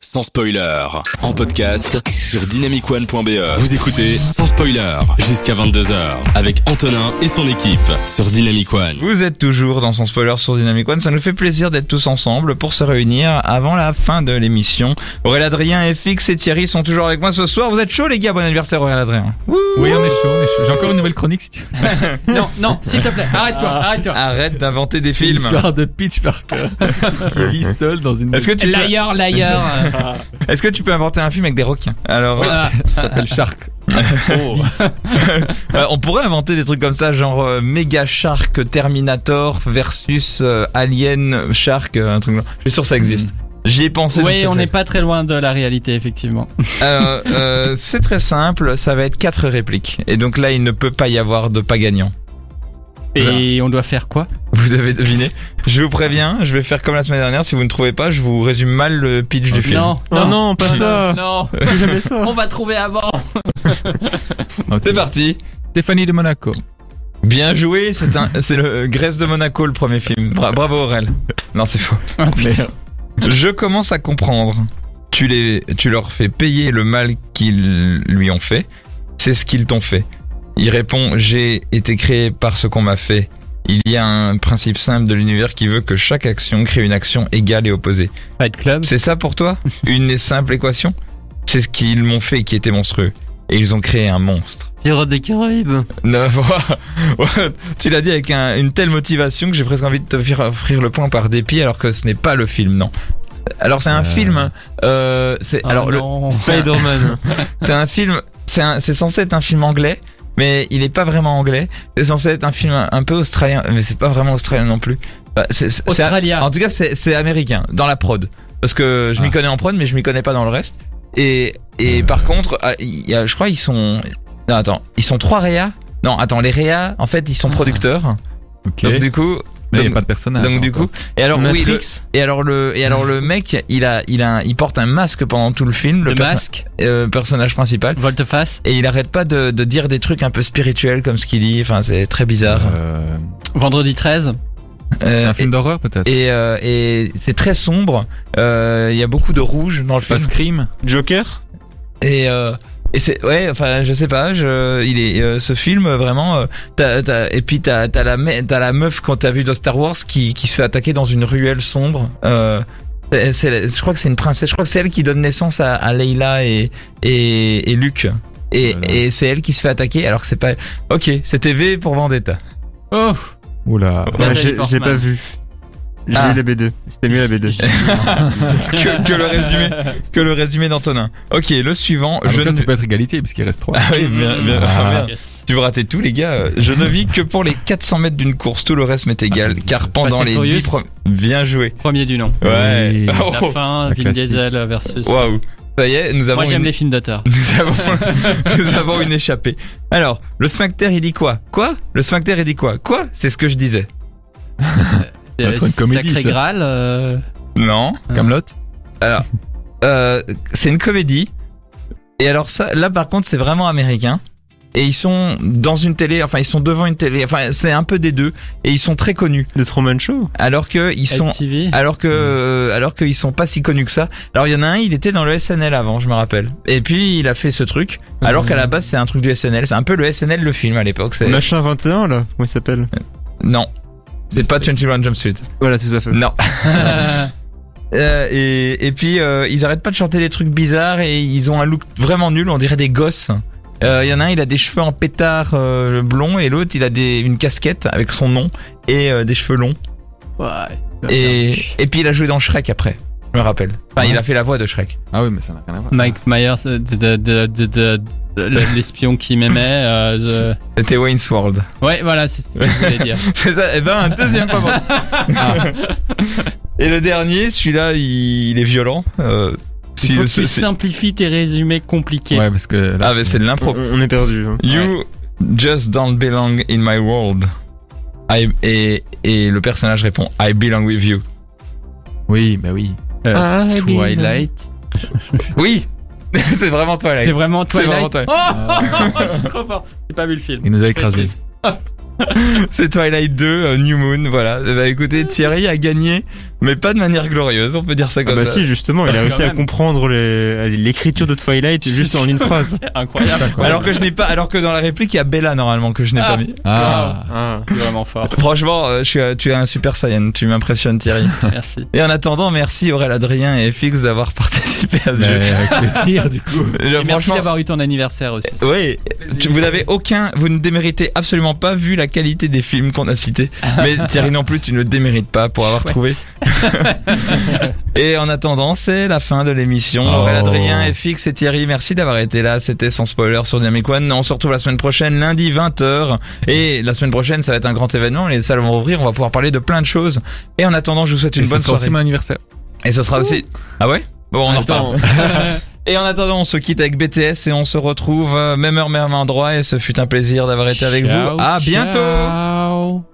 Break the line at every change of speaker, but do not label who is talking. sans spoiler. En podcast sur dynamicone.be. E. Vous écoutez sans spoiler jusqu'à 22h avec Antonin et son équipe sur Dynamic One.
Vous êtes toujours dans son spoiler sur Dynamic One. Ça nous fait plaisir d'être tous ensemble pour se réunir avant la fin de l'émission. Aurélien Adrien, FX et Thierry sont toujours avec moi ce soir. Vous êtes chaud les gars, bon anniversaire Aurélien Adrien.
Oui, on est chaud, on est chaud. J'ai encore une nouvelle chronique si tu veux.
Non, non, s'il te plaît, arrête-toi, arrête-toi.
Arrête d'inventer des films.
L'histoire de Pitch Parker qui vit seul dans une.
Est-ce que tu peux,
L'ailleurs, l'ailleurs. euh,
est-ce que tu peux inventer un film avec des requins Alors,
voilà.
Ça s'appelle Shark.
euh, on pourrait inventer des trucs comme ça, genre euh, Mega Shark Terminator versus euh, Alien Shark, euh, un truc. comme ça. Je suis sûr que ça existe. J'y ai pensé. donc
Oui,
c'est
Mm. on
très-
n'est pas très loin de la réalité, effectivement.
Euh, euh, c'est très simple, ça va être quatre répliques. Et donc là, il ne peut pas y avoir de pas gagnant.
Et on doit faire quoi
Vous avez deviné Je vous préviens, je vais faire comme la semaine dernière, si vous ne trouvez pas, je vous résume mal le pitch du film.
Non,
Oh non, pas ça.
Non,
Jamais ça.
on va trouver avant.
C'est parti
Stéphanie de Monaco.
Bien joué, c'est un, c'est le Grèce de Monaco le premier film. Bra- bravo Aurel. Non, c'est faux.
Ah, putain.
Je commence à comprendre. Tu, les, tu leur fais payer le mal qu'ils lui ont fait. C'est ce qu'ils t'ont fait. Il répond J'ai été créé par ce qu'on m'a fait. Il y a un principe simple de l'univers qui veut que chaque action crée une action égale et opposée.
Fight Club.
C'est ça pour toi Une simple équation C'est ce qu'ils m'ont fait qui était monstrueux. Et ils ont créé un monstre.
Pirates des Caraïbes.
Non, voilà. tu l'as dit avec un- une telle motivation que j'ai presque envie de te faire offrir le point par dépit alors que ce n'est pas le film, non. Alors c'est un film, euh, c'est
Ah,
alors le, c'est un, c'est un film, c'est un- c'est censé être un film anglais, mais il n'est pas vraiment anglais. C'est censé être un film un, un peu australien, mais c'est pas vraiment australien non plus. Bah, c'est- c'est- c'est-
Ah.
Australia.
en tout cas, c'est c'est américain dans la prod, parce que je m'y connais en prod, mais je m'y connais pas dans le reste. Et et par contre, ah, il y a- je crois ils sont, non, attends, ils sont trois réas. Non, attends, les réas, en fait, ils sont producteurs.
Ah, Ok.
Donc du coup,
Mais il n'y a
donc-
pas de personnage. hein.
donc du
encore.
coup, et alors oui, le-
Matrix.
et alors le et alors le mec, il a il a un- il porte un masque pendant tout le film, le
Le
perso-
masque.
euh, personnage principal.
Volteface.
Et il arrête pas de, de dire des trucs un peu spirituels comme ce qu'il dit. Enfin, c'est très bizarre.
Euh,
Vendredi 13.
Euh,
un film d'horreur peut-être.
et et, euh, et c'est très sombre. Euh, Il y a beaucoup de rouge dans le
C'est pas
film.
Scream.
Joker
Et euh, et c'est ouais. Enfin, je sais pas. Je, il est euh, ce film euh, vraiment. euh, t'as- t'as- et puis t'as t'as la me- t'as la meuf quand t'as vu dans Star Wars qui qui se fait attaquer dans une ruelle sombre. Euh, c'est- c'est- je crois que c'est une princesse. Je crois que c'est elle qui donne naissance à, à Leila et et, et Luke. Et,
Voilà.
et c'est elle qui se fait attaquer alors que c'est pas. Ok, c'était V pour Vendetta.
Oh,
Oula.
Nathalie
J'ai j'ai
Portman.
pas vu. J'ai
Ah.
lu la B2. C'était mieux la B2.
Ah,
que, que le résumé, que le résumé d'Antonin. Ok, le suivant.
Ah,
je
donc là,
ne...
ça peut être égalité puisqu'il reste 3.
Ah oui, bien, bien,
Ah.
ah, merde. Tu veux rater tout, les gars. Euh, Je ne vis que pour les 400 mètres d'une course. Tout le reste m'est égal,
Ah,
car
Fast
pendant
and
les
Furious.
10 premiers. Bien joué.
premier du nom.
Ouais.
Oui.
Oh,
La fin,
la
Vin
classique.
Diesel versus.
Waouh. Ça y est, nous avons.
Moi, j'aime
une...
les films d'auteur.
Nous avons, nous avons une échappée. Alors, le sphincter, il dit quoi Quoi Le sphincter, il dit quoi Quoi C'est ce que je disais.
Ça va être une comédie,
Sacré
ça.
Graal. euh,
Non.
Camelot.
Euh, c'est une comédie. Et alors ça, là par contre, c'est vraiment américain. Et ils sont dans une télé, enfin ils sont devant une télé, enfin c'est un peu des deux. Et ils sont très connus.
Le Truman Show
Alors que ils sont,
MTV.
alors que, euh, alors qu'ils sont pas si connus que ça. Alors il y en a un, il était dans le SNL avant, je me rappelle. Et puis il a fait ce truc. Alors qu'à la base c'est un truc du SNL, c'est un peu le SNL le film à l'époque. C'est
Machin 21 là Comment il s'appelle
non, c'est pas 21 Jump Street.
Voilà, c'est ça. fait.
Non.
Euh,
Euh, et, et puis euh, ils arrêtent pas de chanter des trucs bizarres et ils ont un look vraiment nul, on dirait des gosses. Euh, Il y en a un, il a des cheveux en pétard euh, blond et l'autre, il a des, une casquette avec son nom et euh, des cheveux longs.
ouais.
Et, et puis il a joué dans Shrek après, je me rappelle. Enfin, il a fait la voix de Shrek.
Ah oui, mais ça n'a rien à voir.
Mike Myers, euh, de- de- de- de- de- de- l'espion qui m'aimait. euh, je-
C'était Wayne's World.
Ouais, voilà, c'est ce que je voulais dire.
C'est ça, et ben un deuxième fois.
Ah.
Et le dernier, celui-là, il, il est violent. Euh, si
Il faut
le-
que tu
c'est-
simplifies tes résumés compliqués.
Ouais, parce que là,
ah, mais c'est de
On,
l'impro.
on est perdu. hein.
You just don't belong in my world. I- et, et le personnage répond I belong with you.
Oui, bah oui.
Euh, Twilight.
Oui, c'est vraiment toi
C'est
là.
vraiment
C'est vraiment
Twilight. Oh, je suis trop fort. J'ai pas vu le film.
Il nous a écrasés.
C'est Twilight 2, euh, New Moon, voilà. Eh ben, écoutez, Thierry a gagné mais pas de manière glorieuse, on peut dire ça
Ah
comme
bah
ça.
si, justement, il
Quand
a réussi à
même.
comprendre les- l'écriture de Twilight juste en une phrase.
C'est incroyable.
Alors que je n'ai pas, alors que dans la réplique, il y a Bella normalement que je n'ai
Ah.
pas mis.
Ah.
Ah.
C'est vraiment fort.
Franchement, euh, je suis, euh, tu es un super saiyan, tu m'impressionnes Thierry.
Merci.
Et en attendant, merci Aurel Adrien et FX d'avoir participé à ce
Mais
jeu.
Bah, avec plaisir, du coup.
Je-
Et merci
franchement,
d'avoir eu ton anniversaire aussi.
Euh, Oui, tu- vous n'avez aucun, vous ne déméritez absolument pas vu la qualité des films qu'on a cités. Mais Thierry non plus, tu ne le démérites pas pour avoir
Chouette.
trouvé. Et en attendant, c'est la fin de l'émission.
Oh.
Aurélien Adrien, FX et Thierry, merci d'avoir été là. C'était sans spoiler sur Dynamic One. On se retrouve la semaine prochaine, lundi 20h. Et la semaine prochaine, ça va être un grand événement. Les salles vont rouvrir. On va pouvoir parler de plein de choses. Et en attendant, je vous souhaite une
Et ce
bonne
sera
soirée.
aussi mon anniversaire.
Et ce sera aussi. Ah ouais? Bon, on en reparle.
Attends.
Et en attendant, on se quitte avec BTS et on se retrouve euh, même heure, même endroit. Et ce fut un plaisir d'avoir été avec vous. À bientôt!
bientôt.